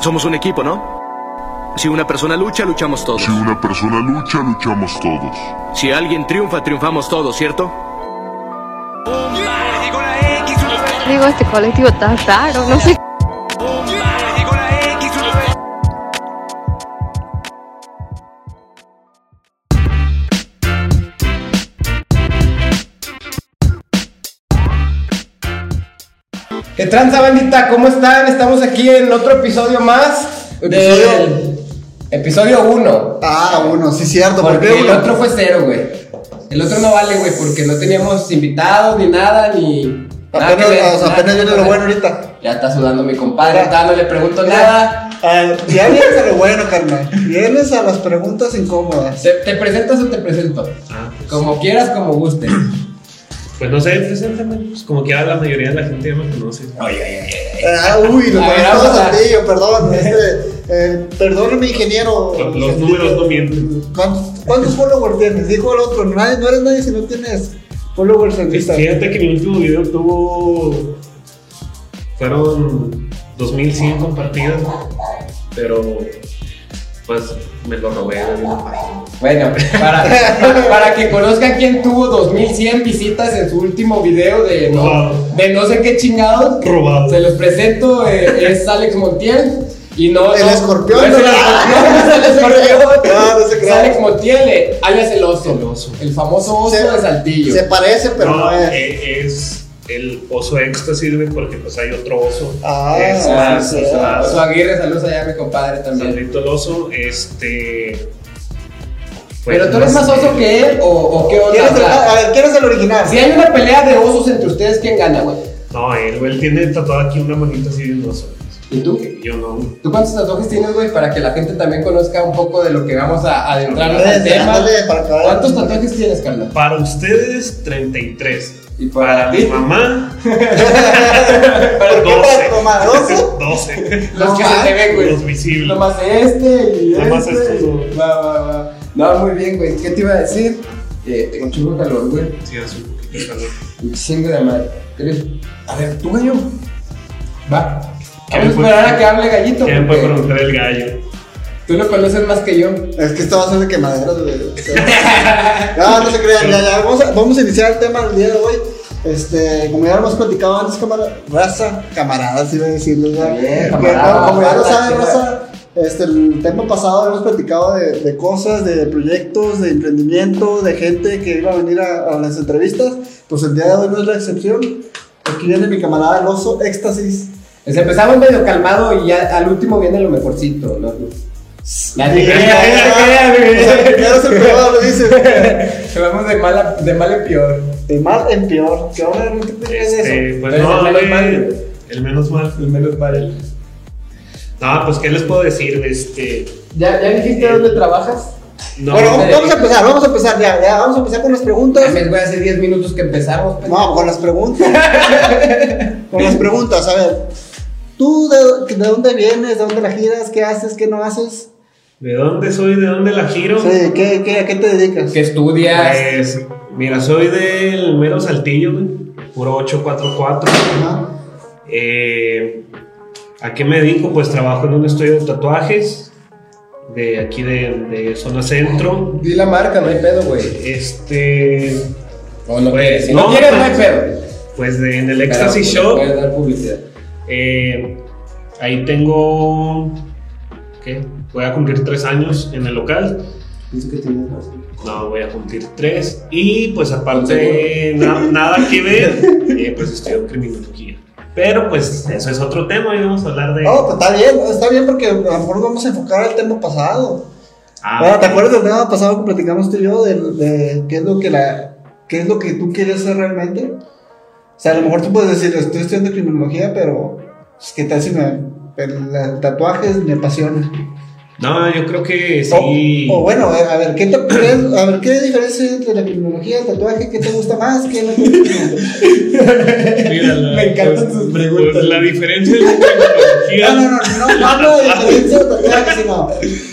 Somos un equipo, ¿no? Si una persona lucha, luchamos todos. Si una persona lucha, luchamos todos. Si alguien triunfa, triunfamos todos, ¿cierto? Digo, este colectivo está raro, no sé. ¿Qué tranza bandita? ¿Cómo están? Estamos aquí en otro episodio más. Episodio- Episodio 1. Ah, uno, sí, cierto. ¿Por Porque qué el uno? otro fue cero, güey. El otro no vale, güey, porque no teníamos invitados ni nada, ni. nada Apenas, que ver, o sea, nada apenas que viene lo ver. bueno ahorita. Ya está sudando mi compadre, Ya. ya no le pregunto Mira, nada. ah, ya vienes a lo bueno, carnal. Vienes a las preguntas incómodas. ¿Te, te presentas o te presento? Ah, pues, Como quieras, como gustes. pues no sé, preséntame. Pues como que ahora la mayoría de la gente ya me conoce. Ah, uy, lo A ver, ponemos vamos a- a ti, perdón. Este, eh, perdóname, ingeniero. Los- los números no mienten. ¿Cuántos, cuántos followers tienes? Dijo el otro. Nadie, no eres nadie si no tienes followers en Instagram. Fíjate que mi último video tuvo. Fueron 2100 compartidas. Pero. Pues me lo robé de una página. Bueno, para, para que conozcan quién tuvo 2100 visitas en su último video de no, Wow. de no sé qué chingados. Robado. Se los presento, eh, es Alex Montiel. Y no, El no- escorpión, no es el ¿no? escorpión, no es el No se crea, escorpión. no, no se Es crea. Alex Montiel, eh, alias el oso. El oso. El famoso oso Se- de Saltillo. Se parece, pero no, no, es. eh, es el oso éxtasis, güey, porque pues hay otro oso. Ah, es Ah, más, sí, es sí. más. Oso Aguirre, saludos allá a mi compadre también. Sandrito el oso, este. pues, Pero tú eres más oso que él o, o qué onda. ¿Quieres O el, sea, a ver, ¿quién es el original? Si hay una pelea de osos entre ustedes, ¿quién gana, güey? No, él, güey, él tiene tatuada aquí una manita así de un oso. ¿Y tú? Yo no, güey. ¿Tú cuántos tatuajes tienes, güey? Para que la gente también conozca un poco de lo que vamos a adentrarnos al Ándale, tema. ándale, para acabar. ¿Cuántos tatuajes tienes, Carla? Para ustedes, 33. ¿Y para Mi ti? mamá, ¿Por qué para 12. tu mamá? ¿12? 12. Los que se Ajá. te ven, Los güey. visibles. Nomás este y este. Nomás estos dos. Va, va, va. No, muy bien, güey. ¿Qué te iba a decir? Eh, tengo un chingo de calor, güey. Sí, hace un poquito de calor. Un chingo de madre. ¿Quieres? A ver, tú, gallo. Va. ¿Qué Vamos a me puede- esperar a que hable gallito. ¿Quién puede porque preguntar el gallo? Tú lo conoces más que yo. Es que esto va a ser de quemaderos, güey. O sea, No, no se crean, ya, ya. Vamos a, vamos a iniciar el tema del día de hoy. Este, como ya lo hemos platicado antes, cámara, raza, camaradas, iba a decirles, ¿verdad? Está bien, Que, camaradas, no, como ya lo raza, saben, chido. raza, este, el tema pasado hemos platicado de, de cosas, de proyectos, de emprendimiento, de gente que iba a venir a, a las entrevistas. Pues el día de hoy no es la excepción. Aquí viene mi camarada el oso, éxtasis. Pues empezamos medio calmado y ya al último viene lo mejorcito, ¿no? Ya te Sí, creas, ya te creas, güey. O sea, primero se prueba, lo dices. Se vamos de mal, a- de mal en peor. De mal en peor. ¿Qué onda? ¿No te crees eso? Este, pues Pero no, el menos güey, mal, güey. El menos mal. El menos mal. No, pues, ¿qué les puedo decir? Este. ¿Ya, ya dijiste dónde trabajas? No, bueno, vamos, pero- vamos a empezar, vamos a empezar ya, ya, vamos a empezar con las preguntas. También voy a hacer 10 minutos que empezamos. pues. No, con las preguntas. con las preguntas, a ver. ¿Tú de, de dónde vienes? ¿De dónde la giras? ¿Qué haces? ¿Qué no haces? ¿de dónde soy? ¿De dónde la giro? Sí, ¿qué, qué, ¿A qué te dedicas? Que estudias. Pues, mira, soy del mero saltillo, güey. Puro 844. Ajá. Eh, ¿A qué me dedico? Pues trabajo en un estudio de tatuajes de aquí de, de zona centro. Di la marca, no hay pedo, güey. Este, O no Pues, quieres. Si no, no, quieres, no hay pues, pedo. pues de- en el Pero, Ecstasy pues, Show, Puedes dar publicidad. eh, ahí tengo, ¿qué? Voy a cumplir tres años en el local. Dice que tienes razón. No, voy a cumplir tres. Y pues aparte, ¿Seguro? na- nada que ver, eh, pues estudio criminología. Pero pues eso es otro tema y vamos a hablar de... No, pues está bien, está bien porque a lo mejor vamos a enfocar al tema pasado. Ah, Bueno, ¿te acuerdas del tema pasado que platicamos tú y yo de, de qué es lo que la qué es lo que tú quieres hacer realmente? O sea, a lo mejor tú puedes decir, estoy estudiando criminología, pero pues, qué tal si me el, el tatuaje me apasiona. No, yo creo que O- sí. O, Oh, bueno, eh, a ver, a ver, ¿qué te crees- a ver qué diferencia hay entre la criminología y el tatuaje, qué te gusta más, qué no te gusta más? Mira, la- Me encantan pues, tus preguntas. pues, la diferencia es la tecnología. No, no, no, no, no hablo de diferencia de tatuaje, sino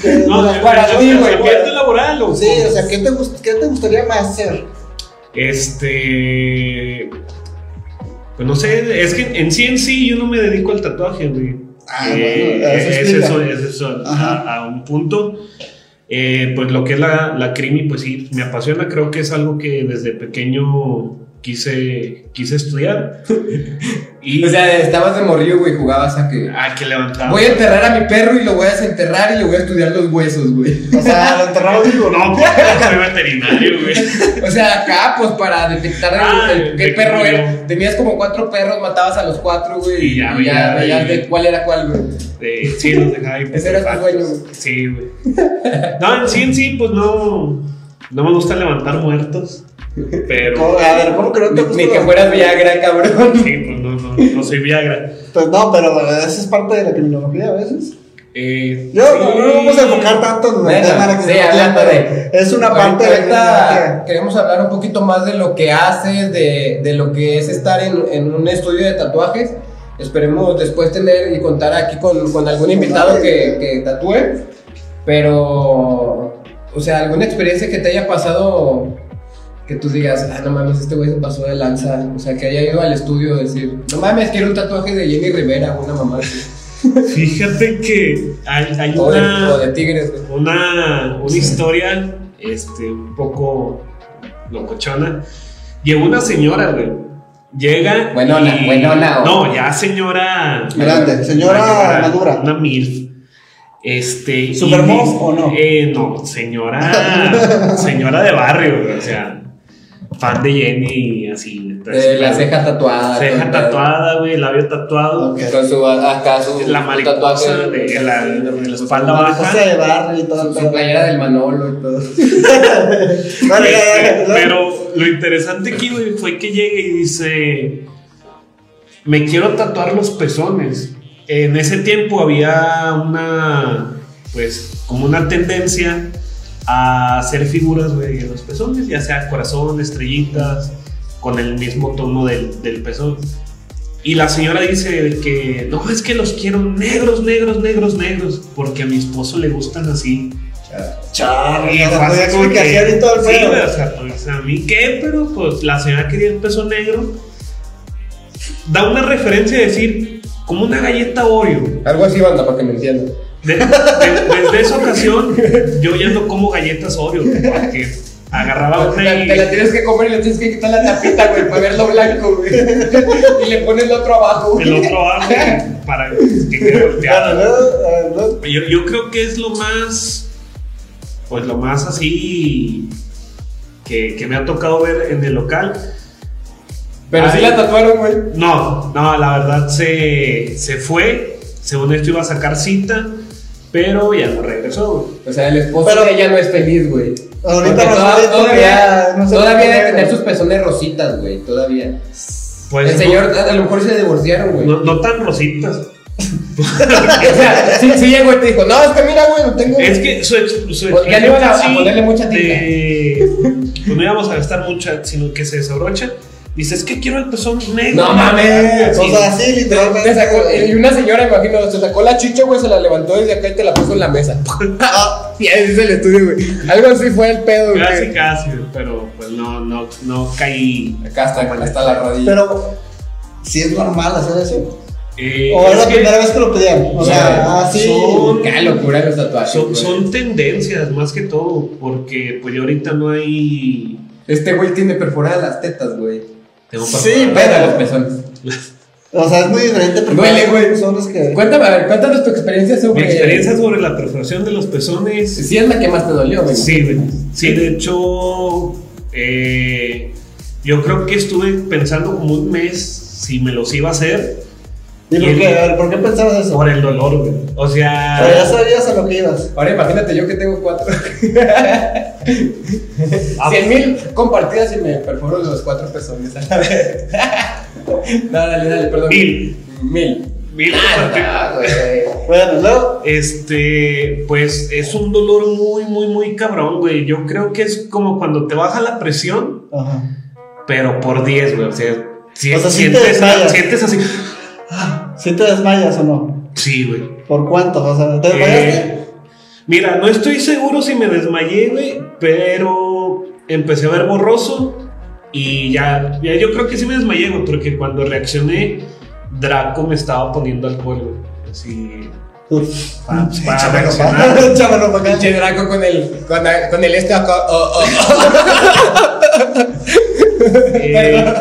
de- de No, las- de- para de- ti, de- güey, de- para- de laboral o Sí, o sea, ¿qué te gust- qué te gustaría más hacer? Este. Pues no sé, es que en sí en sí yo no me dedico al tatuaje, güey. Ah, Eh, bueno, eso ese es explica. eso, ese es eso, Ajá. a, a un punto. Eh, pues lo que es la, la crimi, pues sí, me apasiona, creo que es algo que desde pequeño quise, quise estudiar. y O sea, estabas de morrillo, güey, jugabas a que. ah, que levantaba. Voy a enterrar a mi perro y lo voy a desenterrar y le voy a estudiar los huesos, güey. O sea, lo enterramos digo, no. No, pues, soy veterinario, güey. O sea, acá, pues para detectar el- Ah, el- de qué que perro murió. era. Tenías como cuatro perros, matabas a los cuatro, güey. Y ya veía- veías de cuál era cuál, güey. Eh, sí, nos dejaba ahí. Ese era tu sueño, güey. Sí, güey. No, en sí, en sí, pues no. No me gusta levantar muertos. Pero. ¿Cómo- A ver, ¿cómo que no te Ni, gusta ni que la- fueras Viagra, cabrón. Sí, pues no, no, no soy Viagra. Pues no, pero esa es parte de la criminología a veces. Eh, Yo no, sí. no vamos a enfocar tanto en el Bueno, tema de la sí, criminología, hablando de- pero es una parte de la Ahorita criminología. Queremos hablar un poquito más de lo que haces, de, de lo que es estar en, en un estudio de tatuajes. Esperemos después tener y contar aquí con, con algún invitado que, que tatúe. Pero, o sea, alguna experiencia que te haya pasado que tú digas, ah, no mames, este güey se pasó de lanza. O sea, que haya ido al estudio a decir, no mames, quiero un tatuaje de Jenny Rivera, una mamá. así. Fíjate que hay, hay O de, o de una, Tigres, güey. una, una historia este, un poco locochona. Llegó una señora, güey. Llega. Buenona, y- buenona, o- No, ya señora. Grande, señora Una madura. Una MILF. Este. y ¿Supermom dice- o no? Eh, no, señora. señora de barrio, güey, o sea. Fan de Jenny, así. De la ceja tatuada. todo el Pues Ceja pedo. tatuada, güey, labio tatuado. Ok. Con su, acá su, La su mariposa tatuaje, de la, de la espalda La baja. cosa de barrio y todo. su, el su pedo. playera del Manolo y todo. Vale, ya, ya, Este, ya. Pero lo interesante aquí, güey, fue que llega y dice: Me quiero tatuar los pezones. En ese tiempo había una, pues, como una tendencia a hacer figuras, güey, en los pezones, ya sea corazón, estrellitas, con el mismo tono del, del pezón. Y la señora dice de que no, es que los quiero negros, negros, negros, negros, porque a mi esposo le gustan así. Chao, Y ya fue no así podía como que, explicación y todo el sí, pedo. güey, o sea, pues, a mí qué, pero pues la señora quería el peso negro. Da una referencia de decir, como una galleta Oreo. Algo así, banda, para que me entiendan. De- de- desde esa ocasión, yo ya no como galletas Oreo, porque agarraba una Te, y... te la tienes que comer y le tienes que quitar la tapita, güey, para verlo blanco, güey. Y le pones el otro abajo, El güey. otro abajo para que quede Bueno, volteada. luego, eh, luego, Yo, yo creo que es lo más. Pues lo más así. Que, que me ha tocado ver en el local. Pero sí Ay. la tatuaron, güey. No, no, la verdad se, se fue. Según esto iba a sacar cita. Pero ya no regresó. güey. O sea, el esposo Pero- de ella no es feliz, güey. Porque Ahorita no toda- sabe todavía, todavía, no sabe todavía todavía. debe tener sus pezones rositas, güey, todavía. Pues el no- señor, a lo mejor se divorciaron, güey. No, no tan rositas. O sea, sí, sí llegó y te dijo, no, es que mira, güey, no tengo... Es que su, ex- su Pues ya le iban a- explicación a sí ponerle mucha tinta. de- pues no íbamos a gastar mucha, sino que se desabrocha. Dice, es que quiero el pezón negro. No mames, Sí. Eh, O sea, así Te sacó- literalmente. y una señora, imagino, se sacó la chicha, güey, se la levantó desde acá y te la puso en la mesa. y ahí es el estudio, güey. Algo así fue el pedo, güey. Casi, casi, pero pues no, no, no caí. Acá está, hasta la rodilla. Pero si es normal hacer eso. Eh, O es es la que primera vez que lo pedían. O sea, ah, Güey, así. son- Qué locura los tatuajes. son, güey. son tendencias más que todo, porque pues ya ahorita no hay. Este güey tiene perforadas las tetas, güey. Tengo Sí, para- Bueno, los pero. pezones. O sea, es muy diferente. pero Duele, hay güey. personas que. Cuéntame, a ver, cuéntanos tu experiencia Mi sobre. experiencia sobre la perforación de los pezones. Sí, es la que más te dolió, güey. Sí, güey. Sí, de hecho, eh, yo creo que estuve pensando como un mes si me los iba a hacer ¿Y por Y- qué? A ver, ¿por qué pensabas eso? por el dolor, güey. O sea, Pero ya sabías a lo que ibas. Ahora imagínate yo que tengo cuatro. Ah, Cien mil compartidas y me perforo los cuatro pezones a la vez. no, dale, dale, perdón. Mil. Mil. mil Ah, no, güey. Bueno, luego. Este, pues es un dolor muy, muy, muy cabrón, güey. Yo creo que es como cuando te baja la presión, Ajá. pero por 10, güey. O sea, si- O sea, sí te sientes, desmayas. sientes así. ¿Sí te desmayas o no? Sí, güey. ¿Por cuánto? O sea, ¿te desmayaste? Eh, mira, no estoy seguro si me desmayé, güey, pero empecé a ver borroso y ya, ya yo creo que sí me desmayé, güey, porque cuando reaccioné, Draco me estaba poniendo alcohol, güey. O así. Ah, Pa- sí, para Chámalo reaccionar. pa- chámalo pa' acá. Pinche Draco con el, con, la- con el este acá. oh, oh, oh. Eh,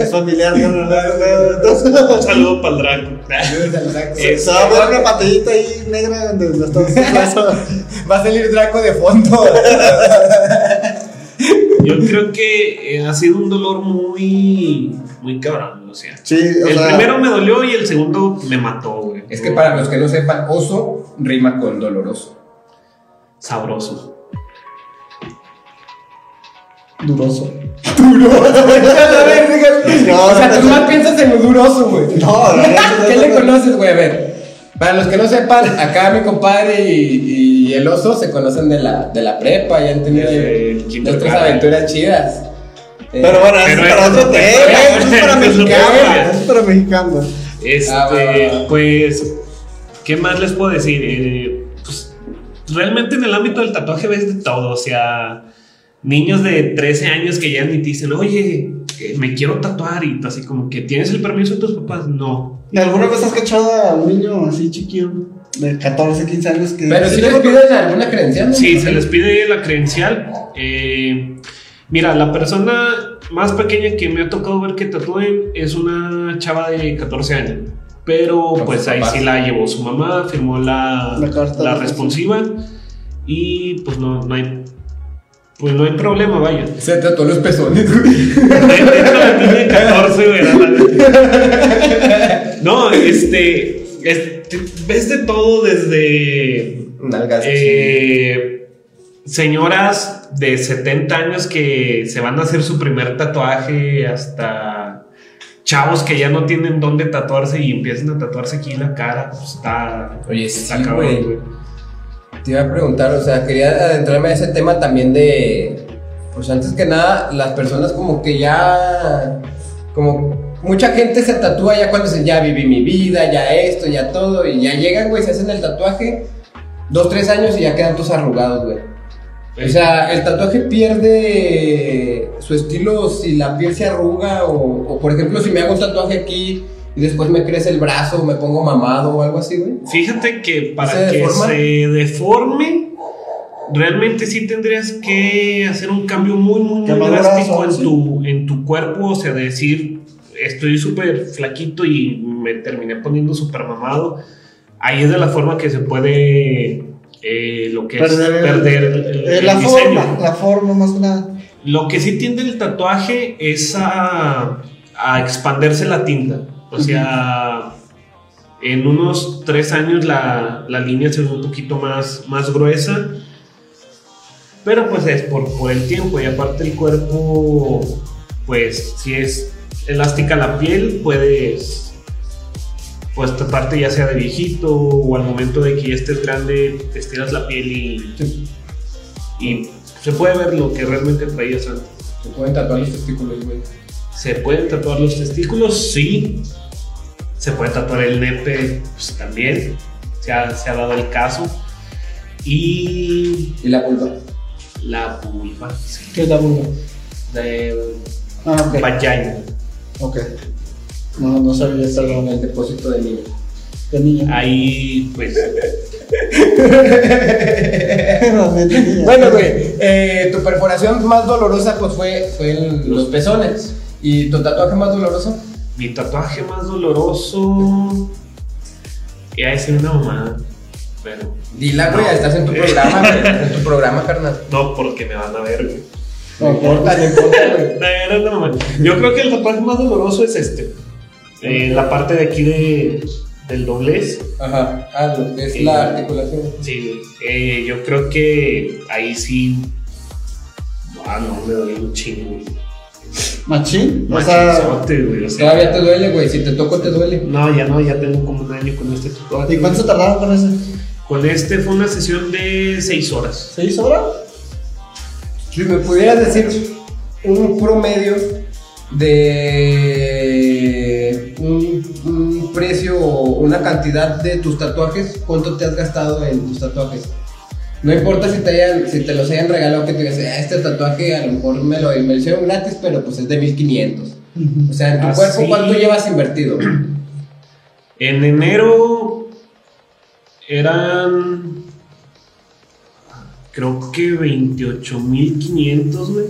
Es familiar. no, no, no, no, entonces- un saludo para el Draco. Saludos al Draco. Sí, Se va a ver una pantallita ahí negra donde lo estamos Va a salir Draco de fondo. Yo creo que eh, ha sido un dolor muy. Muy cabrón, o sea. Sí, o el sea, primero me dolió y el segundo me mató, güey. Es que para los que no sepan, oso rima con doloroso. Sabroso. duroso. o sea, tú no, más piensas en lo duroso, güey. No, no, no, no, ¿Qué no, le no. conoces, güey? A ver. Para los que no sepan, acá mi compadre y, y el oso se conocen de la, de la prepa y han tenido Desde el nuestras kindergarten. aventuras chidas. Eh, Pero bueno, eso Pero es para eso es otro tema. otra Eso historia. es Eso es otra historia. para mexicanos. Eso es para mexicanos. Este, Ah, va, va, va. pues, ¿qué más les puedo decir? Eh, pues, realmente en el ámbito del tatuaje ves de todo, o sea, niños de 13 años que ya ni te dicen, oye, eh, me quiero tatuar y tú así como que tienes el permiso de tus papás, no. ¿Y ¿Alguna vez has cachado a un niño así chiquillo de 14, 15 años que... Pero si les piden alguna credencial, ¿no? Sí, se les pide la credencial. Eh, mira, la persona más pequeña que me ha tocado ver que tatúen es una chava de 14 años. Pero Con pues sus ahí papás. sí la llevó su mamá, firmó la, La carta la de- responsiva y pues no, no hay pues no hay problema, vaya. De- Se trató los pezones, güey. de hecho, la niña de 14, güey, era la- No, este, este, ves de todo desde Nalgas. eh, señoras de 70 años que se van a hacer su primer tatuaje hasta chavos que ya no tienen dónde tatuarse y empiezan a tatuarse aquí en la cara. pues, está, Oye, está sí, cabrón, güey. güey. Te iba a preguntar, o sea, quería adentrarme a ese tema también de, pues antes que nada, las personas como que ya, como mucha gente se tatúa ya cuando se ya viví mi vida, ya esto, ya todo, y ya llegan, güey, se hacen el tatuaje, dos, tres años y ya quedan todos arrugados, güey. O sea, el tatuaje pierde su estilo si la piel se arruga o, o, por ejemplo, si me hago un tatuaje aquí y después me crece el brazo, me pongo mamado o algo así, güey. Fíjate que para ¿Se que deforma? se deforme, realmente sí tendrías que hacer un cambio muy, muy, Que muy madurazo, drástico en sí. tu, en tu cuerpo. O sea, decir, estoy súper flaquito y me terminé poniendo súper mamado. Ahí es de la forma que se puede eh, lo que es perder el, eh, el la diseño. forma, la forma más que nada. Lo que sí tiende el tatuaje es a, a expanderse la tinta. O sea, en unos tres años la, la línea se ve un poquito más, más gruesa. Pero pues es por, por el tiempo y aparte el cuerpo, pues si es elástica la piel, puedes, pues parte ya sea de viejito o al momento de que ya estés grande, te estiras la piel y, y se puede ver lo que realmente traías antes. Se pueden tatuar los testículos, güey. ¿Se pueden tatuar los testículos? Sí. ¿Se puede tatuar el nepe? Pues también. Se ha, se ha dado el caso. Y Y la culpa. la vulva. sí. ¿Qué es la vulva? De Ah, ok. vagina. Ok. No, no sabía estar En el depósito de niño. de niño. Ahí, pues, Pero de niño. Bueno, güey, eh, tu perforación más dolorosa pues fue, fue en los pezones. ¿Y tu tatuaje más doloroso? mi tatuaje más doloroso. Ya es una mamada. Pero Dila, güey, estás en tu programa, güey. estás En tu programa, carnal. no porque me van a ver, güey. No importa, no importa, güey. No, no, no, no. Yo creo que el tatuaje más doloroso es este. Eh, la parte de aquí de, del doblez. Ajá. Ah, lo que es la articulación. Sí, eh, yo creo que ahí sí. Ah, no, me dolió un chingo. Machín. O sea, Machinzote, güey, o sea, Todavía te duele, güey. Si te toco, te duele. No, ya no, ya tengo como un año con este tatuaje. ¿y cuánto se tardaron con ese? Con este fue una sesión de 6 horas. ¿Seis horas? Si me pudieras decir un promedio de un, un precio o una cantidad de tus tatuajes, ¿cuánto te has gastado en tus tatuajes? No importa si te, hayan, si te los hayan regalado, que te digas, "Ah, este tatuaje a lo mejor me lo, me lo hicieron gratis, pero pues es de 1500. O sea, en tu Así. cuerpo, ¿cuánto llevas invertido? En enero eran. Creo que 28.500, güey.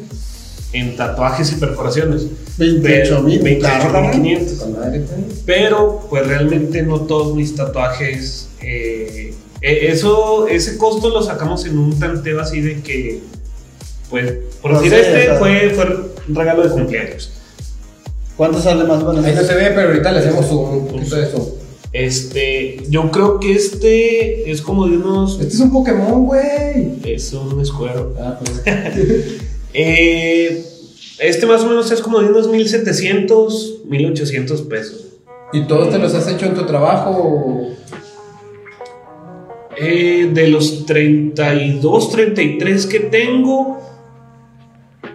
En tatuajes y perforaciones. 28,000, Pero- carnal. 28,500. Con madre, güey. Pero pues realmente no todos mis tatuajes. eh, e- eso, ese costo lo sacamos en un tanteo así de que, pues, por No decir sé, este, o sea. fue, fue un regalo de cumpleaños. ¿Cuánto sale más o menos? Ahí no se ve, pero ahorita le hacemos un- un poquito de eso. Este, yo creo que este es como de unos. Este es un Pokémon, güey. Es un escuero. Ah, pues. Eh, este más o menos es como de unos 1700, 1800 pesos. ¿Y todos te los has hecho en tu trabajo? o- Eh, de los 32, 33 que tengo,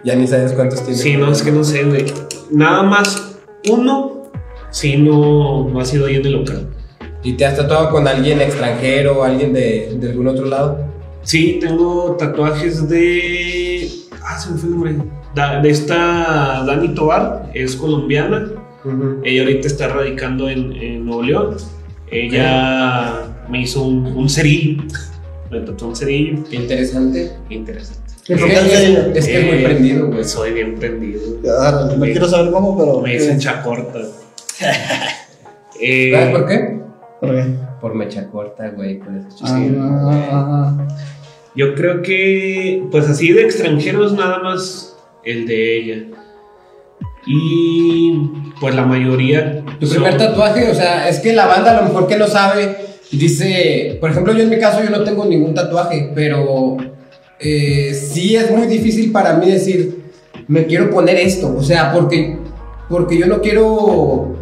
Ya ni sabes cuántos tienes. Sí, no, es que no sé, güey. Nada más uno, sí, no, no ha sido ahí en el local. ¿Y te has tatuado con alguien extranjero, alguien de, de algún otro lado? Sí, tengo tatuajes de. Ah, se me fue el nombre. Da- de esta Dani Tobar, es colombiana. Ella ahorita está radicando en, en Nuevo León. Ella me hizo un, un cerillo. Me tatuó un cerillo. Qué interesante. Interesante. ¿Y por Es qué el que- sello? Es que es muy Eh, prendido, güey. Soy bien prendido. Ah, No quiero saber cómo, pero. Me dicen chacorta. Eh, ¿Sabes por qué? ¿Por qué? Por mecha corta, güey. Por eso. Ah, Yo creo que, pues así de extranjeros nada más el de ella. Y pues la mayoría... Tu son- primer tatuaje, o sea, es que la banda a lo mejor que no sabe, dice, por ejemplo, yo en mi caso yo no tengo ningún tatuaje, pero eh, sí es muy difícil para mí decir, me quiero poner esto, o sea, porque, porque yo no quiero,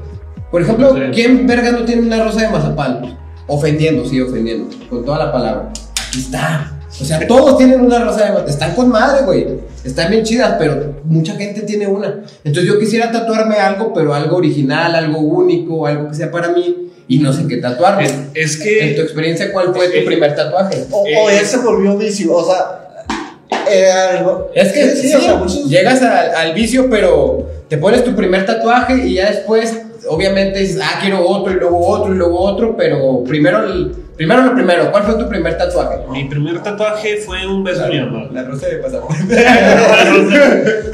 por ejemplo, Sí. ¿quién verga no tiene una rosa de mazapán? Ofendiendo, sí, ofendiendo, con toda la palabra. Aquí está. O sea, todos tienen una rosa de mazapán. Están con madre, güey. Están bien chidas, pero mucha gente tiene una. Entonces yo quisiera tatuarme algo, pero algo original, algo único, algo que sea para mí. Y no sé qué tatuarme. Es, es que... en tu experiencia, ¿cuál fue eh, tu primer tatuaje? O, o él se volvió vicio, o sea, era algo. Es que sí, o sea, pues, muchos- llegas al, al vicio, pero te pones tu primer tatuaje y ya después, obviamente, dices, ah, quiero otro y luego otro y luego otro, pero primero, el- primero lo primero, ¿cuál fue tu primer tatuaje? Mi primer tatuaje fue un beso a mi mamá. rosa de pasaporte.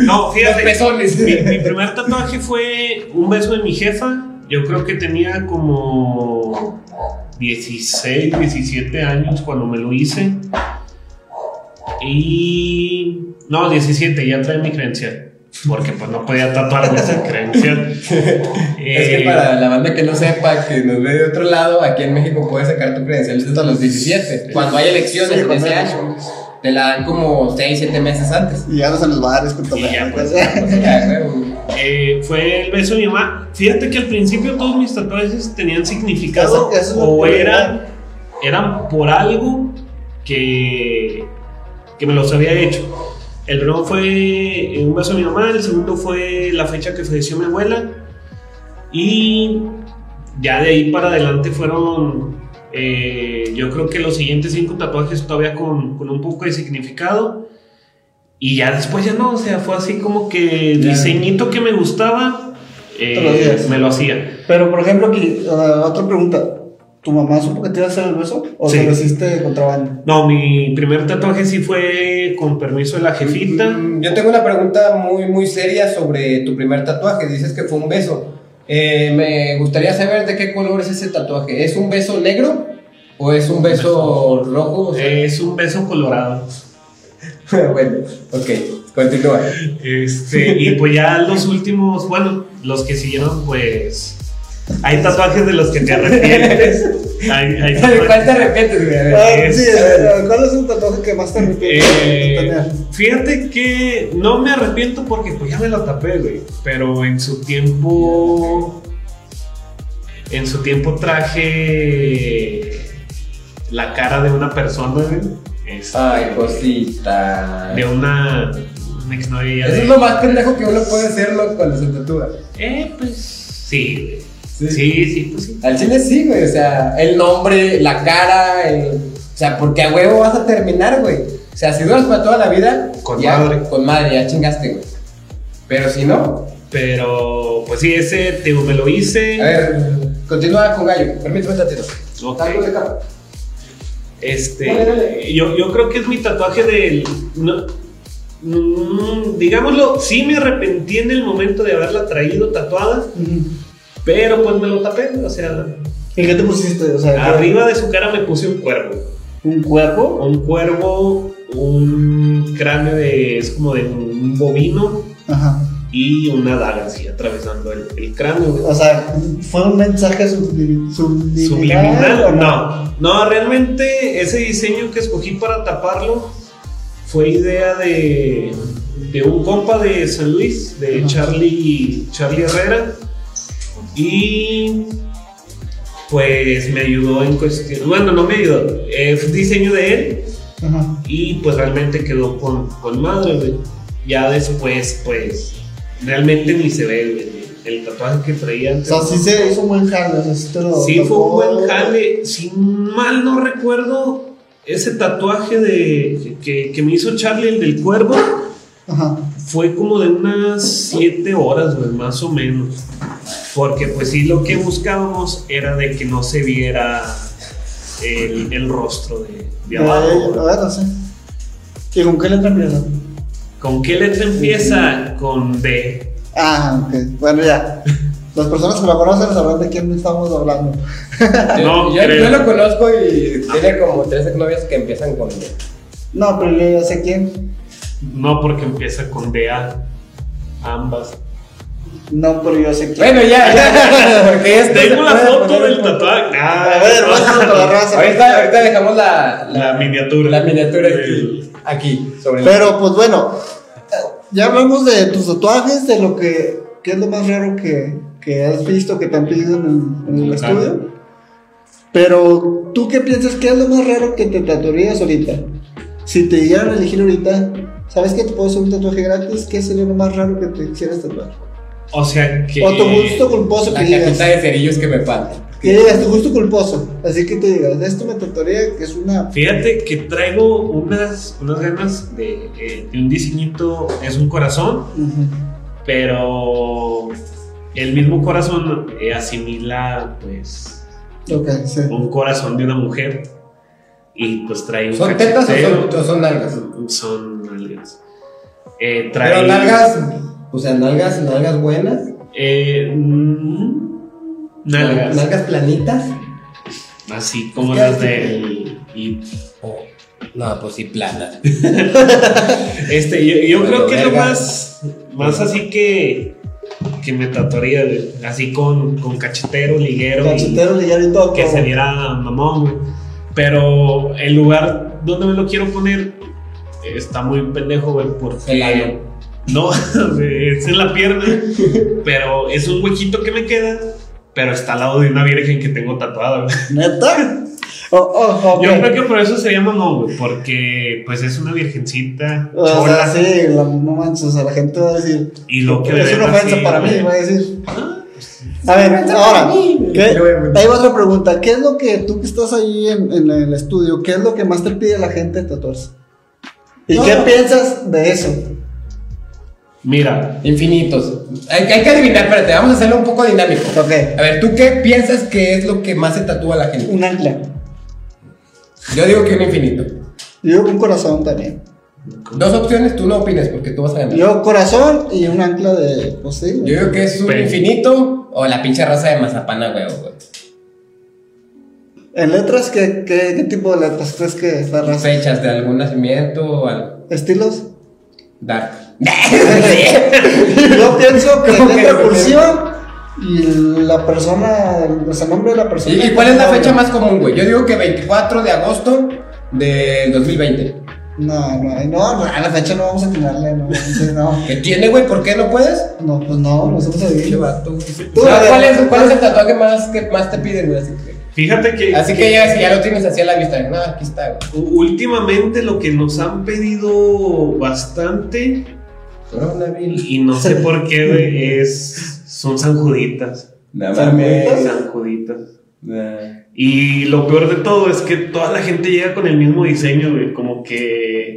No, Los fíjate. pezones. Mi, mi primer tatuaje fue un beso de mi jefa. Yo creo que tenía como 16, 17 años cuando me lo hice. Y. No, 17, ya trae mi credencial. Porque pues no podía tatuarme esa credencial. Es que Eh, para la banda que no sepa, que nos ve de otro lado, aquí en México puedes sacar tu credencial hasta los 17, cuando hay elecciones Sí, en cuando ese hay año. Te la dan como 6, 7 meses antes. Y ya no se los bares con todo. Y ya, pues, Ya, güey. eh, fue el beso de mi mamá. Fíjate que al principio todos mis tatuajes tenían significado Eso- eso es lo o que- eran, eran por algo que, que me los había hecho. El primero fue eh, un beso de mi mamá, el segundo fue la fecha que falleció mi abuela y ya de ahí para adelante fueron, eh, yo creo que los siguientes cinco tatuajes todavía con, con un poco de significado. Y ya después ya no, o sea, fue así como que el Ya. diseñito que me gustaba, eh, Te lo hacías. me lo hacía. Pero por ejemplo, aquí, o sea, otra pregunta. ¿Tu mamá supo que te iba a hacer el beso? ¿O Sí. se lo hiciste de contrabando? No, mi primer tatuaje sí fue con permiso de la jefita. Mm, Yo tengo una pregunta muy, muy seria sobre tu primer tatuaje. Dices que fue un beso. Eh, me gustaría saber de qué color es ese tatuaje. ¿Es un beso negro o es un beso rojo? O sea, Es un beso colorado. bueno, ok, continúa. Este, y pues ya los últimos, bueno, los que siguieron, pues. Hay tatuajes de los que te arrepientes. Hay, hay ¿De cuál te tatuajes- arrepientes, güey? A ver. Ah, es- sí, eh, ¿Cuál es el tatuaje que más te arrepientes de Eh, tener? fíjate que no me arrepiento porque pues ya me lo tapé, güey. Pero en su tiempo. En su tiempo traje la cara de una persona, güey. Este, Ay, pues cosita. de una, una exnovia. Eso de- es lo más pendejo que uno puede hacer ¿no? cuando se tatúa. Eh, pues sí, güey. Sí, sí, pues sí. Al chile sí, güey. O sea, el nombre, la cara, el- o sea, porque a huevo vas a terminar, güey. O sea, si duras para toda la vida, Con ya- madre. Con madre, ya chingaste, güey. Pero si no, Pero, pues sí, ese, te digo, me lo a hice. ver, Continúa con Gallo, permíteme tantito. Ok. Tanto de capa. Este, Dale, dale. Yo, yo creo que es mi tatuaje del. no- mm, digámoslo, sí me arrepentí en el momento de haberla traído tatuada, pero pues me lo tapé. O sea, ¿Y qué te pusiste? O sea, arriba de su cara me puse un cuervo. ¿Un cuerpo? Un cuervo, un cráneo de. es como de un bovino Ajá. y una daga así atravesando el, el cráneo. güey. O sea, ¿fue un mensaje sublim- subliminal? o Subliminal, no. No, realmente ese diseño que escogí para taparlo fue idea de, de un compa de San Luis, de Ajá. Charlie, Charlie Herrera. Y pues me ayudó en cuestión. Bueno, no me ayudó. Es diseño de él Ajá. y pues realmente quedó con, con madre, güey. Ya después, pues realmente ni se ve güey, el tatuaje que traía O antes. sea, sí se hizo un buen jale. O sea, sí, te lo Sí, fue un tocó. buen jale. Si mal no recuerdo, ese tatuaje de, que, que me hizo Charlie, el del cuervo, Ajá. fue como de unas 7 horas, güey, más o menos. Porque pues sí, lo que buscábamos era de que no se viera el, el rostro de, de abajo. Eh, a ver, no sé. ¿Y con qué letra empieza? ¿Con qué letra empieza? Con D. Ah, ok. Bueno, ya. Las personas que lo conocen sabrán de quién estamos hablando. No, yo, creo. yo lo conozco y tiene como tres novias que empiezan con. No, pero yo ya sé quién. No, porque empieza con DA. Ambas. No, pero yo sé quién. Bueno, ya, ya. Porque esto Este se Tengo la puede foto poner del en- tatuaje. Ah, A ver, vas a la raza. Ahorita, ahorita dejamos la, La miniatura. La miniatura aquí, Del- aquí sobre el- Pero pues bueno, eh, ya hablamos de tus tatuajes, de lo que, qué es lo más raro que, que has visto que te han pedido en el, en el Claro. estudio. Pero tú qué piensas, qué es lo más raro que te tatuarías ahorita? Si te dieran a elegir ahorita, ¿sabes que te puedo hacer un tatuaje gratis? ¿Qué sería lo más raro que te quisieras tatuar? O sea que. O tu gusto culposo la que cajita digas. de cerillos que me falta. Que digas, tu gusto culposo. Así que tú digas, esto me tatuaría que es una... Fíjate que traigo unas, unas ganas de, eh, de un diseñito, es un corazón, pero el mismo corazón eh, asimila pues Ok, sí. un corazón de una mujer y pues trae un ¿Son tetas o cachetero. son, o son nalgas? Son nalgas. Eh, trae, Pero nalgas, o sea, nalgas, nalgas buenas. eh, mm, nalgas. Nalgas planitas. Así como ¿Qué las hace? del... y- No, pues sí, planas. Este, yo, yo Bueno, creo que es lo verga. más, más así que, que me tatuaría, güey. así con, con cachetero, liguero, y Cachetero le llamo y todo. que como- se viera mamón, güey. Pero el lugar donde me lo quiero poner está muy pendejo, güey, porque... El ano. No, es en la pierna, pero es un huequito que me queda, pero está al lado de una virgen que tengo tatuada, güey. ¿Neta? Oh, oh, ok. Yo creo que por eso se llama mamón, güey, porque pues es una virgencita. O sea, chola. sí, la, no manches, o sea, la gente va a decir. Y lo que es ven una ofensa así, para güey. mí, va a decir. A ver, ahora, ¿qué? ahí va otra pregunta. ¿Qué es lo que tú que estás ahí en, en el estudio, qué es lo que más te pide la gente de tatuarse? ¿Y No. qué piensas de eso? Mira, Infinitos. Hay, hay que adivinar, espérate, vamos a hacerlo un poco dinámico. Ok. A ver, ¿tú qué piensas que es lo que más se tatúa a la gente? Un ancla. Yo digo que un infinito. Yo digo que un corazón también. Dos opciones, tú no opines porque tú vas a ganar. Yo, Yo corazón y un ancla de. Pues sí. digo que es un Pero- infinito o la pinche raza de mazapana, güey. güey. ¿En letras qué, qué, qué tipo de letras crees que está Las raza? fechas de algún nacimiento o algo. ¿Estilos? Dark. Yo pienso que ¿Cómo que letra no? cursiva y la persona, o sea, el nombre de la persona. ¿Y, y cuál es la fecha más común, güey? Yo digo que 24 de agosto del 2020. No, no, no, no, a la fecha no vamos a tirarle, no, sí, no. ¿Qué tiene, güey? ¿Por qué no puedes? No, pues no, nosotros Pinche ahí. vato. Ah, Tú, a ver. ¿Cuál es, ¿Cuál es el tatuaje más que más te piden, güey? Así que, fíjate que, así que ya, si ya lo tienes así a la vista. No, aquí está, güey. u- últimamente lo que nos han pedido bastante, Coronavirus. y no sé por qué, güey, es, son sanjuditas. No mames. Sanjuditas. Y lo peor de todo es que toda la gente llega con el mismo diseño, güey, como que...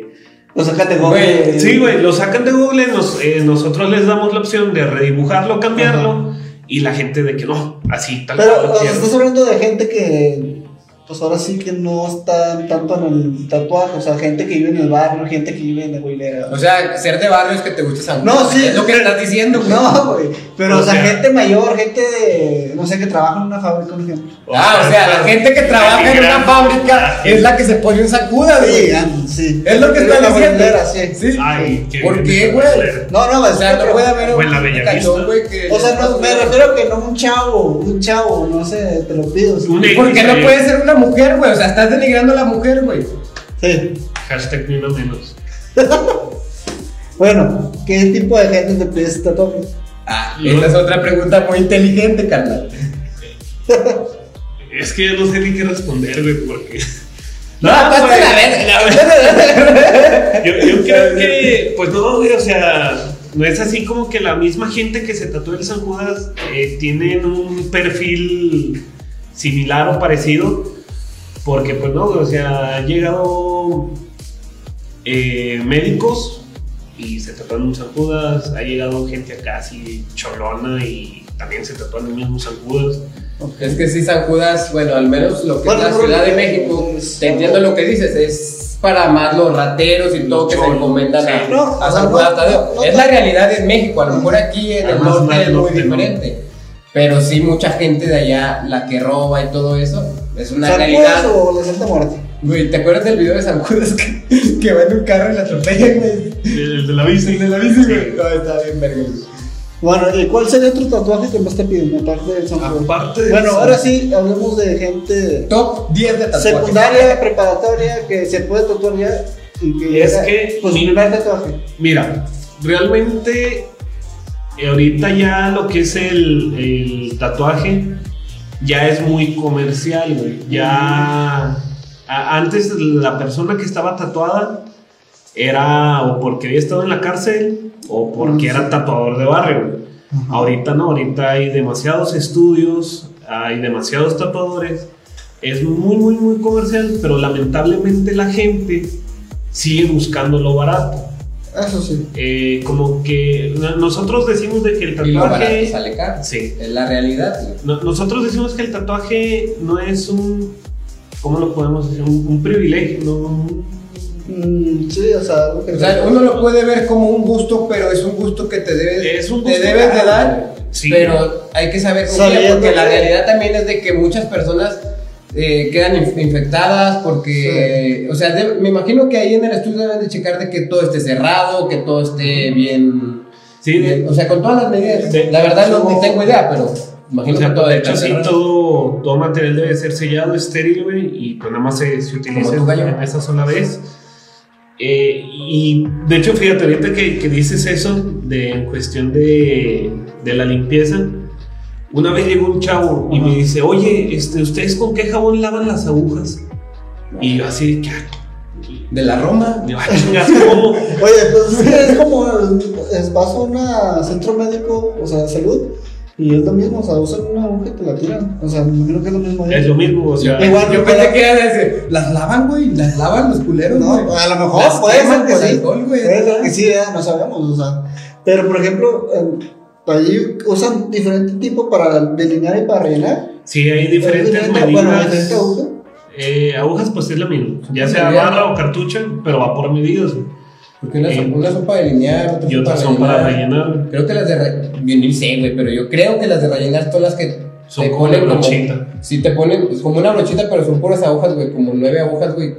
O sea, eh, Güey, categoría. eh, Sí, güey, lo sacan de Google, nos- eh, nosotros les damos la opción de redibujarlo, cambiarlo, Y la gente de que no, así, tal Pero cual, o sea, ya. estás hablando de gente que, pues ahora sí que no está tanto en el tatuaje, o sea, gente que vive en el barrio, gente que vive en la huilera. O sea, ser de barrio es que te guste San No, Juan, sí. Es lo que estás diciendo, güey. No, güey, pero O o sea, sea- gente mayor, gente de, no sé, que trabaja en una fábrica, por ejemplo. Ah, o sea, la gente que trabaja en una fábrica es la que se pone un sacuda, Sí, güey. ah, sí. Es lo que Vive en está la diciendo. huilera, sí. Sí. Ay, qué ¿Por bien, qué, qué güey? culero. No, no, O sea, no puede haber O en la un Bella cachón, Vista. güey, que... O sea, no, me refiero que no un chavo, un chavo, no sé, te lo pido. sí. Un ¿Y ¿Por qué no puede ser una mujer, güey? O sea, estás denigrando a la mujer, güey. Sí. Hashtag ni uno menos. Bueno, ¿qué tipo de gente te pides tatuaje? Ah, esa es otra pregunta muy inteligente, carnal. Es que yo no sé ni qué responder, güey, porque. No, pues, aparte la verga, la Yo, yo creo que, pues no, güey, o sea, no es así como que la misma gente que se tatúa el San Judas eh, tienen un perfil similar o parecido, porque pues no, güey, o sea, han llegado eh, médicos y se tatúan un San Judas, ha llegado gente acá así cholona y también se tatúan el mismo San Judas. Es que sí, San Judas, bueno, al menos lo que Bueno, es la pero- Ciudad de México, pues, te entiendo lo que dices, es para más los rateros y todo que se Cholos. encomendan a, Sí. No, a o San sea, Judas no, Tadeo. no, no es la tanto. realidad en México, a lo mejor aquí en el Además, más norte es muy norte, ¿no? diferente, pero sí mucha gente de allá, la que roba y todo eso, es una realidad. ¿Sacudas o la Santa Muerte? Güey, ¿te acuerdas del video de San Judas que, que va en un carro y la atropella, güey? El de la bici. El de la bici, güey. No, está bien, verga. güey. Bueno, ¿y cuál sería otro tatuaje que más te piden? Aparte del San Judas. Aparte de Bueno, eso. ahora sí, hablemos de gente Top 10 de tatuajes. secundaria, preparatoria, que se puede tatuar ya. Y que Es ya- que- Pues mi primer tatuaje. Mira, realmente eh, ahorita ya lo que es el, el tatuaje ya es muy comercial, güey. Ya a- antes la persona que estaba tatuada era o porque había estado en la cárcel o porque Mm, era tatuador de barrio. güey. Ahorita no, ahorita hay demasiados estudios, hay demasiados tatuadores. Es muy, muy, muy comercial, pero lamentablemente la gente sigue buscando lo barato Eso sí. eh, como que no- nosotros decimos de que el Y lo barato tatuaje sale caro. Sí. Es la realidad, güey. no- nosotros decimos que el tatuaje no es un cómo lo podemos decir un, un privilegio no un- Mm, sí, o sea, algo que. O sea, uno lo puede ver como un gusto, pero es un gusto que te debes, Es un te gusto debes de caro, dar. sí. Pero hay que saber con Sabiendo quién, porque la que- realidad también es de que muchas personas eh, quedan inf- infectadas porque, o sea, de- me imagino que ahí en el estudio deben de checar de que todo esté cerrado, que todo esté bien, sí de- bien, o sea, con todas las medidas. De- la verdad no, sí. no tengo idea, pero imagino o sea, que todo de está hecho, sí, cerrado. todo, todo material debe ser sellado, estéril, güey, y pues nada más se, se utiliza Como tu gallo. en esa sola vez. Eh, y de hecho, fíjate, ahorita que, que dices eso, de, en cuestión de, de la limpieza, una vez llegó un chavo y me dice, oye, este, ¿ustedes con qué jabón lavan las agujas? Y yo así, de que, De la Roma. "Ah, chingas, ¿cómo? Oye, pues es como. Es, vas a un centro médico, o sea, de salud. Y es lo mismo, o sea, usan una aguja y te la tiran. O sea, me imagino que es lo mismo. ahí. Es lo mismo, o sea, Igual, Yo pensé que era ese. Las lavan, güey. Las lavan los culeros, No, güey. a lo mejor Las puede queman ser que con sí. alcohol, güey. puede ser que sí, ya, no sabemos, o sea. Pero por ejemplo, eh, ahí usan diferente tipo para delinear y para rellenar. sí hay diferentes Diferente, Bueno, medidas. diferente aguja. Eh, agujas, pues es la misma, ya sea Medida. barra o cartucho, pero va por medidas, güey. Porque unas Eh, son, unas son para delinear, otras Y otras son para ¿eh? rellenar. Creo que las de rellenar. Yo ni sé, güey, pero yo creo que las de rellenar son las que. Son te como ponen una brochita. Sí, te ponen pues, como una brochita, pero son puras agujas, güey. Como nueve agujas, güey.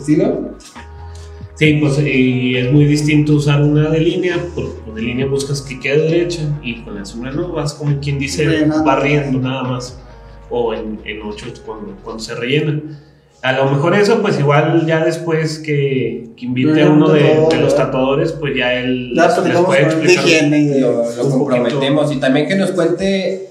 ¿Sí, no? Sí, pues y es muy distinto usar una de línea, porque con de línea buscas que quede derecha y con la sombra no, vas como quien dice Rellenando. barriendo nada más, o en, en ocho cuando, cuando se rellena. A lo mejor eso, pues igual ya después que, que invite Ya, a uno de, tatuador, de los ya. tatuadores, pues ya él Ya les- les platicamos puede con el de explicar. higiene. y de- Lo, lo un comprometemos. Y también que nos cuente.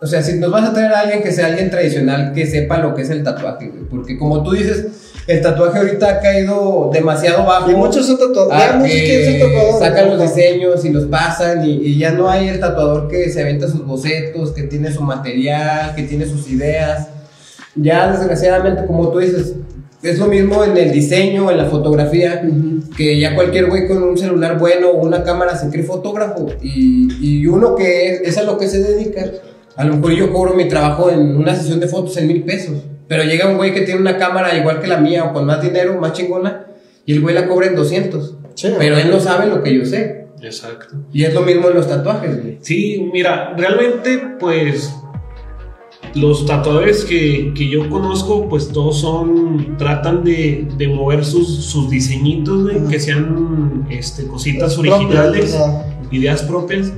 O sea, si nos vas a traer a alguien que sea alguien tradicional que sepa lo que es el tatuaje, güey. Porque como tú dices, el tatuaje ahorita ha caído demasiado bajo. Y muchos son tatuadores. a muchos quieren ser que tatuadores. sacan Ah, los ¿no? diseños y los pasan y, y ya no hay el tatuador que se aventa sus bocetos, que tiene su material, que tiene sus ideas. Ya desgraciadamente, como tú dices, es lo mismo en el diseño, en la fotografía, que ya cualquier güey con un celular bueno o una cámara se cree fotógrafo. Y, y uno que es, es a lo que se dedica, a lo mejor yo cobro mi trabajo en una sesión de fotos en mil pesos. Pero llega un güey que tiene una cámara igual que la mía o con más dinero, más chingona, y el güey la cobra en 200. Sí. Pero él no sabe lo que yo sé. Exacto. Y es lo mismo en los tatuajes, güey. Sí, mira, realmente, pues. Los tatuadores que, que yo conozco, pues todos son. Tratan de, de mover sus, sus diseñitos, güey, Ajá. que sean este, cositas Propios, originales, ajá. ideas propias.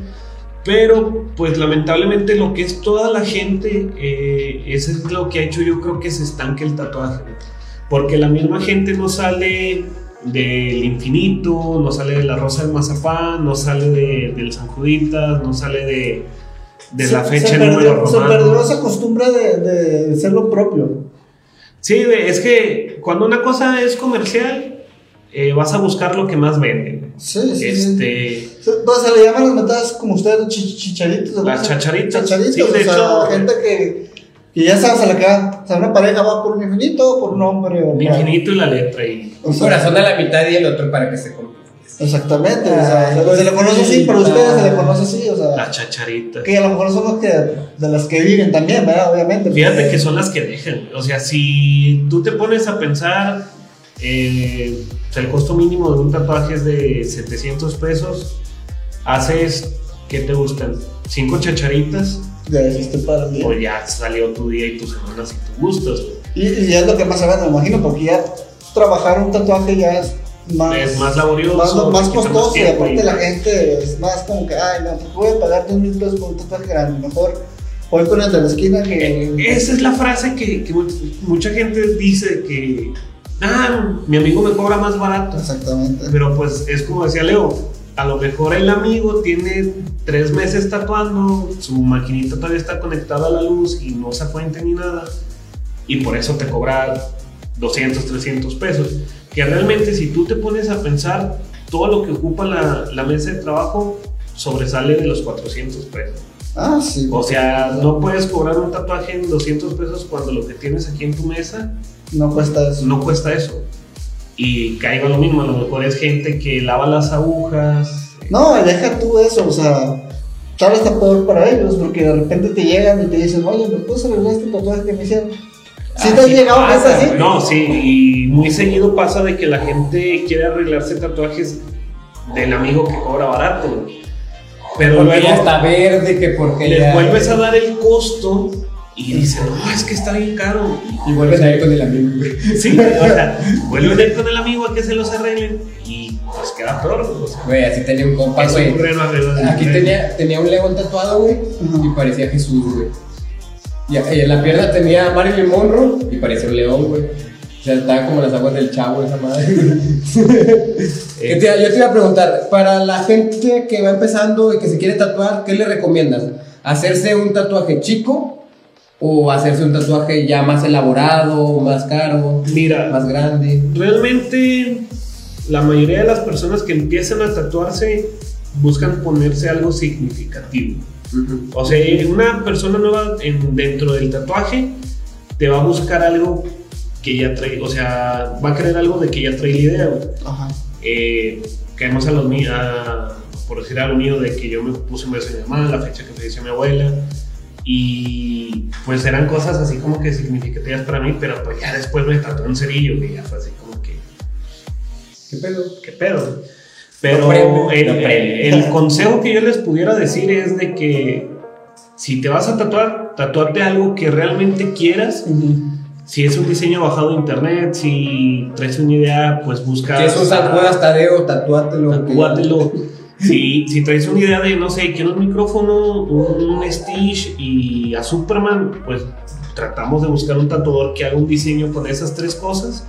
Pero, pues lamentablemente, lo que es toda la gente, eh, eso es lo que ha hecho, yo creo que se estanque el tatuaje. güey. Porque la misma gente no sale del infinito, no sale de la rosa del mazapán, no sale de, del San Juditas, no sale de, de la Se- fecha se número perdió, Se romano. perdió esa costumbre de, de ser lo propio. Sí, güey, es que cuando una cosa es comercial, eh, vas a buscar lo que más vende. Sí, sí. sí. Este, Se, pues, se le llaman las mentadas como ustedes, chi- chicharitos. ¿no? Las chacharitas. Chacharitos, Sí, de o sea, hecho- gente que, que ya sabes a la que va. O sea, una pareja va por un infinito o por un hombre. o el no. infinito y la letra. Y, O Un sea, corazón a la mitad y el otro para que se compre. Exactamente, o sea, se- se le conoce así, pero ustedes se le conoce así, o las sea, chacharitas. que a lo mejor son los que, de las que viven también, ¿verdad? Obviamente. Fíjate porque- que son las que dejan. O sea, si tú te pones a pensar, eh, o sea, el costo mínimo de un tatuaje es de 700 pesos. Haces, ¿qué te gustan? ¿Cinco chacharitas? Ya dijiste para mí. Pues ya salió tu día y tu semana si te gustas. güey. Y, y es lo que más se gana, me imagino, porque ya trabajar un tatuaje ya es más, Es más laborioso, más, te más quita más costoso y tiempo aparte y- la gente es más como que, ay, no, pues voy a pagar dos mil pesos por un tatuaje grande, mejor voy con el de la esquina Eh, que... Esa es la frase que, que mu- mucha gente dice que, ah, mi amigo me cobra más barato. Exactamente. Pero pues es como decía Leo, a lo mejor el amigo tiene tres meses tatuando, su maquinita todavía está conectada a la luz y no se fuente ni nada, y por eso te cobra 200, 300 pesos. Que realmente si tú te pones a pensar, todo lo que ocupa la, la mesa de trabajo sobresale de los 400 pesos. Ah, sí. O sea, no puedes cobrar un tatuaje en 200 pesos cuando lo que tienes aquí en tu mesa No cuesta eso. no cuesta eso. Y caigo en lo mismo, a lo mejor es gente que lava las agujas. No, y deja tú eso, o sea, tal vez está peor para ellos, porque de repente te llegan y te dicen, oye, ¿me puedes arreglar este tatuaje que me hicieron? Si te has llegado a Ah, Pasa, así, güey. No, sí, y muy seguido pasa de que la gente quiere arreglarse tatuajes del amigo que cobra barato. güey. Pero Porque luego ya está verde, que porque les ya... vuelves a dar el costo y dicen, no, es que está bien caro. Y vuelves a ir con el amigo, güey. Sí, o sea, vuelven a ir con el amigo a que se los arreglen y pues queda peor. güey, O sea, Güey, así tenía un compa, es güey. un reno alrededor del Aquí reno. tenía, tenía un león tatuado, güey, y parecía Jesús, güey. Y, y en la pierna tenía a Marilyn Monroe y parecía un león, güey. O sea, estaba como las aguas del chavo esa madre. Que te- yo te iba a preguntar, para la gente que va empezando y que se quiere tatuar, ¿qué le recomiendas? ¿Hacerse un tatuaje chico o hacerse un tatuaje ya más elaborado, más caro, Mira, más grande? Realmente la mayoría de las personas que empiezan a tatuarse buscan ponerse algo significativo. O sea, una persona nueva en- dentro del tatuaje te va a buscar algo que ya trae, o sea, va a querer algo de que ya trae la idea. güey. Ajá. Eh, caemos a los míos, por decir algo mío, de que yo me puse un beso de mi mamá, la fecha que falleció mi abuela, y pues eran cosas así como que significativas para mí, pero pues ya después me trató un cerillo, que ya fue así como que, ¿Qué pedo? ¿qué pedo? Pero No prende, el, no prende. el consejo que yo les pudiera decir es de que si te vas a tatuar, tatuarte algo que realmente quieras. Si es un diseño bajado de internet, si traes una idea, pues busca... Que eso San Judas Tadeo, tatúatelo. Tatúatelo. Si, si traes una idea de, no sé, quiero un micrófono, un, un Stitch y a Superman, pues tratamos de buscar un tatuador que haga un diseño con esas tres cosas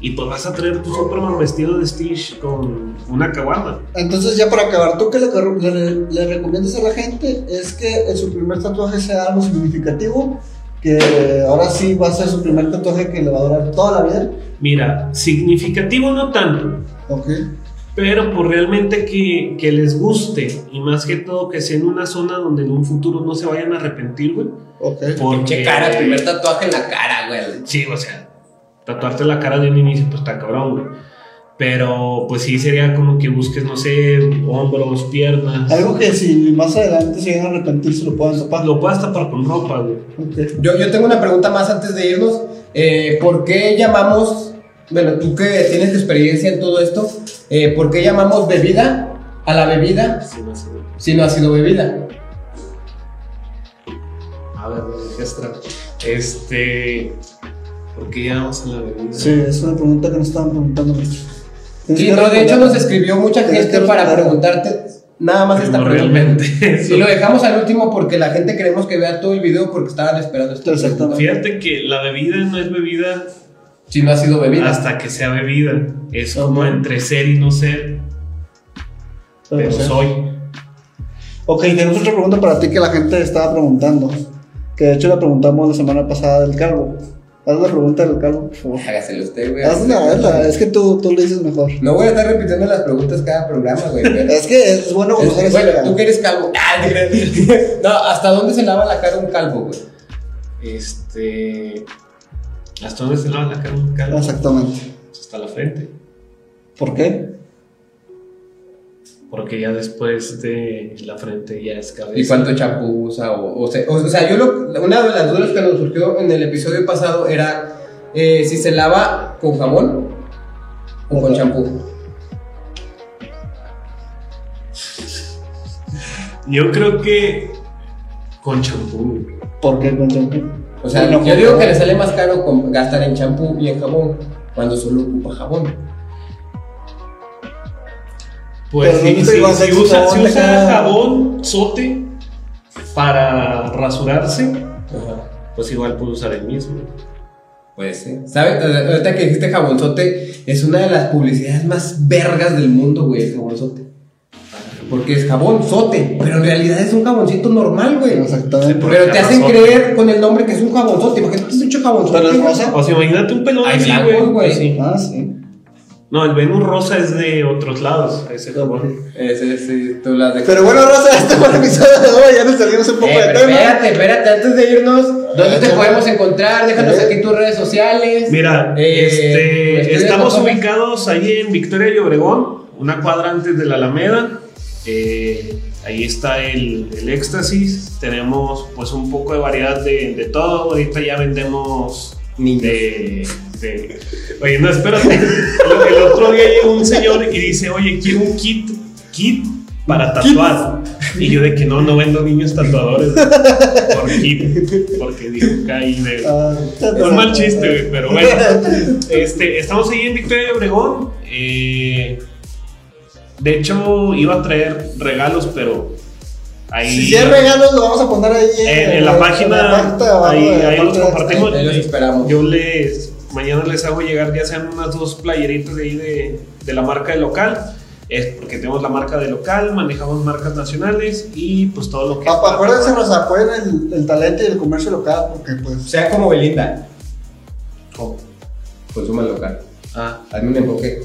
y pues vas a traer tu Superman vestido de Stitch con una caguama. Entonces, ya para acabar, tú que le, le, le recomiendas a la gente es que en su primer tatuaje sea algo significativo, que ahora sí va a ser su primer tatuaje que le va a durar toda la vida. Mira, significativo no tanto, Ok. pero pues realmente que, que les guste y más que todo que sea en una zona donde en un futuro no se vayan a arrepentir, güey. Ok. Porque Che cara, primer tatuaje en la cara, güey. Sí, o sea, tatuarte la cara de un inicio, pues está cabrón, güey. Pero pues sí sería como que busques, no sé, hombros, piernas. Algo que si más adelante se llegan a arrepentir, se lo puedan tapar. Lo puedas tapar con ropa, güey. Ok. Yo, yo tengo una pregunta más antes de irnos. Eh, ¿Por qué llamamos, bueno, tú que tienes experiencia en todo esto, eh, ¿por qué llamamos bebida a la bebida Sí, no sé, güey. si no ha sido bebida? A ver, güey, ¿qué extra? Este. ¿Por qué llamamos a la bebida? Sí, es una pregunta que nos estaban preguntando mucho. Tienes Sí, que no, de hecho recordar- nos escribió mucha tienes gente que para recordar. preguntarte nada más esta pregunta. Primordialmente, eso. Y lo dejamos al último porque la gente queremos que vea todo el video porque estaban esperando esta pregunta. Exactamente. Fíjate que la bebida no es bebida Si no ha sido bebida. hasta que sea bebida. Es Ajá. como entre ser y no ser, Pero pero no sé. soy. Ok, tenemos otra pregunta para ti que la gente estaba preguntando. Que de hecho la preguntamos la semana pasada del calvo. Haz la pregunta del calvo, por favor. Hágaselo usted, güey. Hazla, hazla. Es que tú, tú le dices mejor. No voy a estar repitiendo las preguntas cada programa, güey. pero- Es que es bueno conocer Es- ese Este, Bueno, calvo. tú que eres calvo. Ah, te creas. No, ¿hasta dónde se lava la cara un calvo, güey? Este. ¿Hasta dónde se lava la cara un calvo? Exactamente. Hasta la frente. ¿Por qué? Porque ya después de la frente ya es cabeza. ¿Y cuánto champú usa? O, o, se- o- o sea, yo lo, una de las dudas que nos surgió en el episodio pasado era eh, si se lava con jamón o con champú. Yo creo que con champú. ¿Por qué con champú? O sea, Bueno, yo con- digo que le sale más caro con- gastar en champú y en jabón cuando solo ocupa jabón. Pues Pero sí, no te sí, ibas a Pues, si usa, si exponer. usa jabón sote para rasurarse, Ajá. pues igual puede usar el mismo. Puede ser. ¿Sabes? Pues O sea, Ahorita que dijiste jabonzote, es una de las publicidades más vergas del mundo, güey, el jabonzote. Porque es jabonzote, pero en realidad es un jaboncito normal, güey. Exactamente. Pero te hacen Razón. creer con el nombre que es un jabonzote. Imagínate que es un jabonzote. Pero es rosa. O sea, imagínate un pelón Hay así, blancos, güey. güey. Sí. Ah, sí. No, el Venus rosa es de otros lados, ese jabón. Ese sí, tú las de- Pero bueno, Rosa, este fue el episodio de hoy. Ya nos salimos un Eh, poco de pero tema. espérate, espérate, antes de irnos, ¿dónde te Eh, podemos encontrar? Déjanos eh. aquí tus redes sociales. Mira, Eh, este, estudios estamos Cocomas. ubicados ahí en Victoria y Obregón, una cuadra antes de la Alameda. Eh, ahí está el, el éxtasis. Tenemos pues un poco de variedad de, de todo. Ahorita ya vendemos Niños. de- de- Oye, no, espérate. El, el otro día llegó un señor y dice, oye, quiero un kit, kit para tatuar. Y yo de que no, no vendo niños tatuadores por kit, porque digo, caí de... Ah, Es un mal chiste, güey, pero bueno. Este, estamos ahí en Victoria y Obregón. eh, de hecho, iba a traer regalos, pero ahí. Si hay regalos, lo vamos a poner ahí en, en la página, parte de abajo ahí, de la ahí parte los de- compartimos. Ahí los esperamos. Yo les. Mañana les hago llegar ya sean unas dos playeritas de ahí de, de la marca de local. Es porque tenemos la marca de local, manejamos marcas nacionales y pues todo lo que. Papá, Ah, acuérdense, Rosa, apoyen el, el talento y el comercio local, porque pues. Sea como Belinda. Consuma local. Ah. Hazme un enfoque.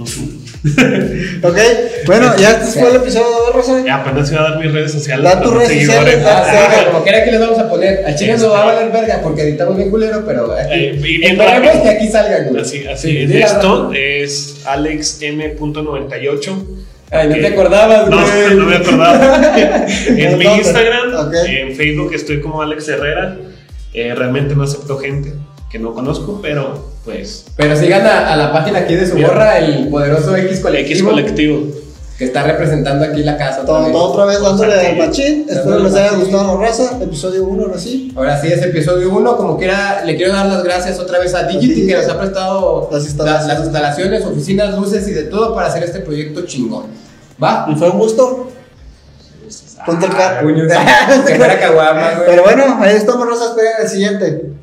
Ok, bueno, ya este fue el episodio de hoy, Rosa. Ya, Ah, apenas iba a dar mis redes sociales. Da a tus los redes seguidores. sociales, da- Ah, sí, como quiera que les vamos a poner. A chile Este. no va a valer verga porque editamos bien culero, pero aquí- Eh, y bien esperemos rápido. que aquí salgan, güey. Así, así. Sí, es. di la Esto verdad. es AlexM.98. Ay, no te Eh, acordabas, güey. No, no me acordaba. es mi Entonces, Instagram. ok. En Facebook estoy como Alex Herrera. Eh, realmente no acepto gente que no conozco, pero pues. Pero sigan a, a la página aquí de su Bien. gorra, el poderoso X X colectivo, colectivo. que está representando aquí la casa. otra Todo, vez. todo otra vez dándole al machín. Espero Dándole les haya machín. gustado, Rosa. Episodio 1, ahora sí. Ahora sí, es episodio 1. Como quiera, le quiero dar las gracias otra vez a Digity Digity. que nos ha prestado Las la- instalaciones. las instalaciones, oficinas, luces y de todo para hacer este proyecto chingón. ¿Va? Y fue un gusto. Ponte el Ah, carro. puños. Que fuera caguama, Ah, güey. Pero bueno, ahí estamos, Rosa. Esperen el siguiente.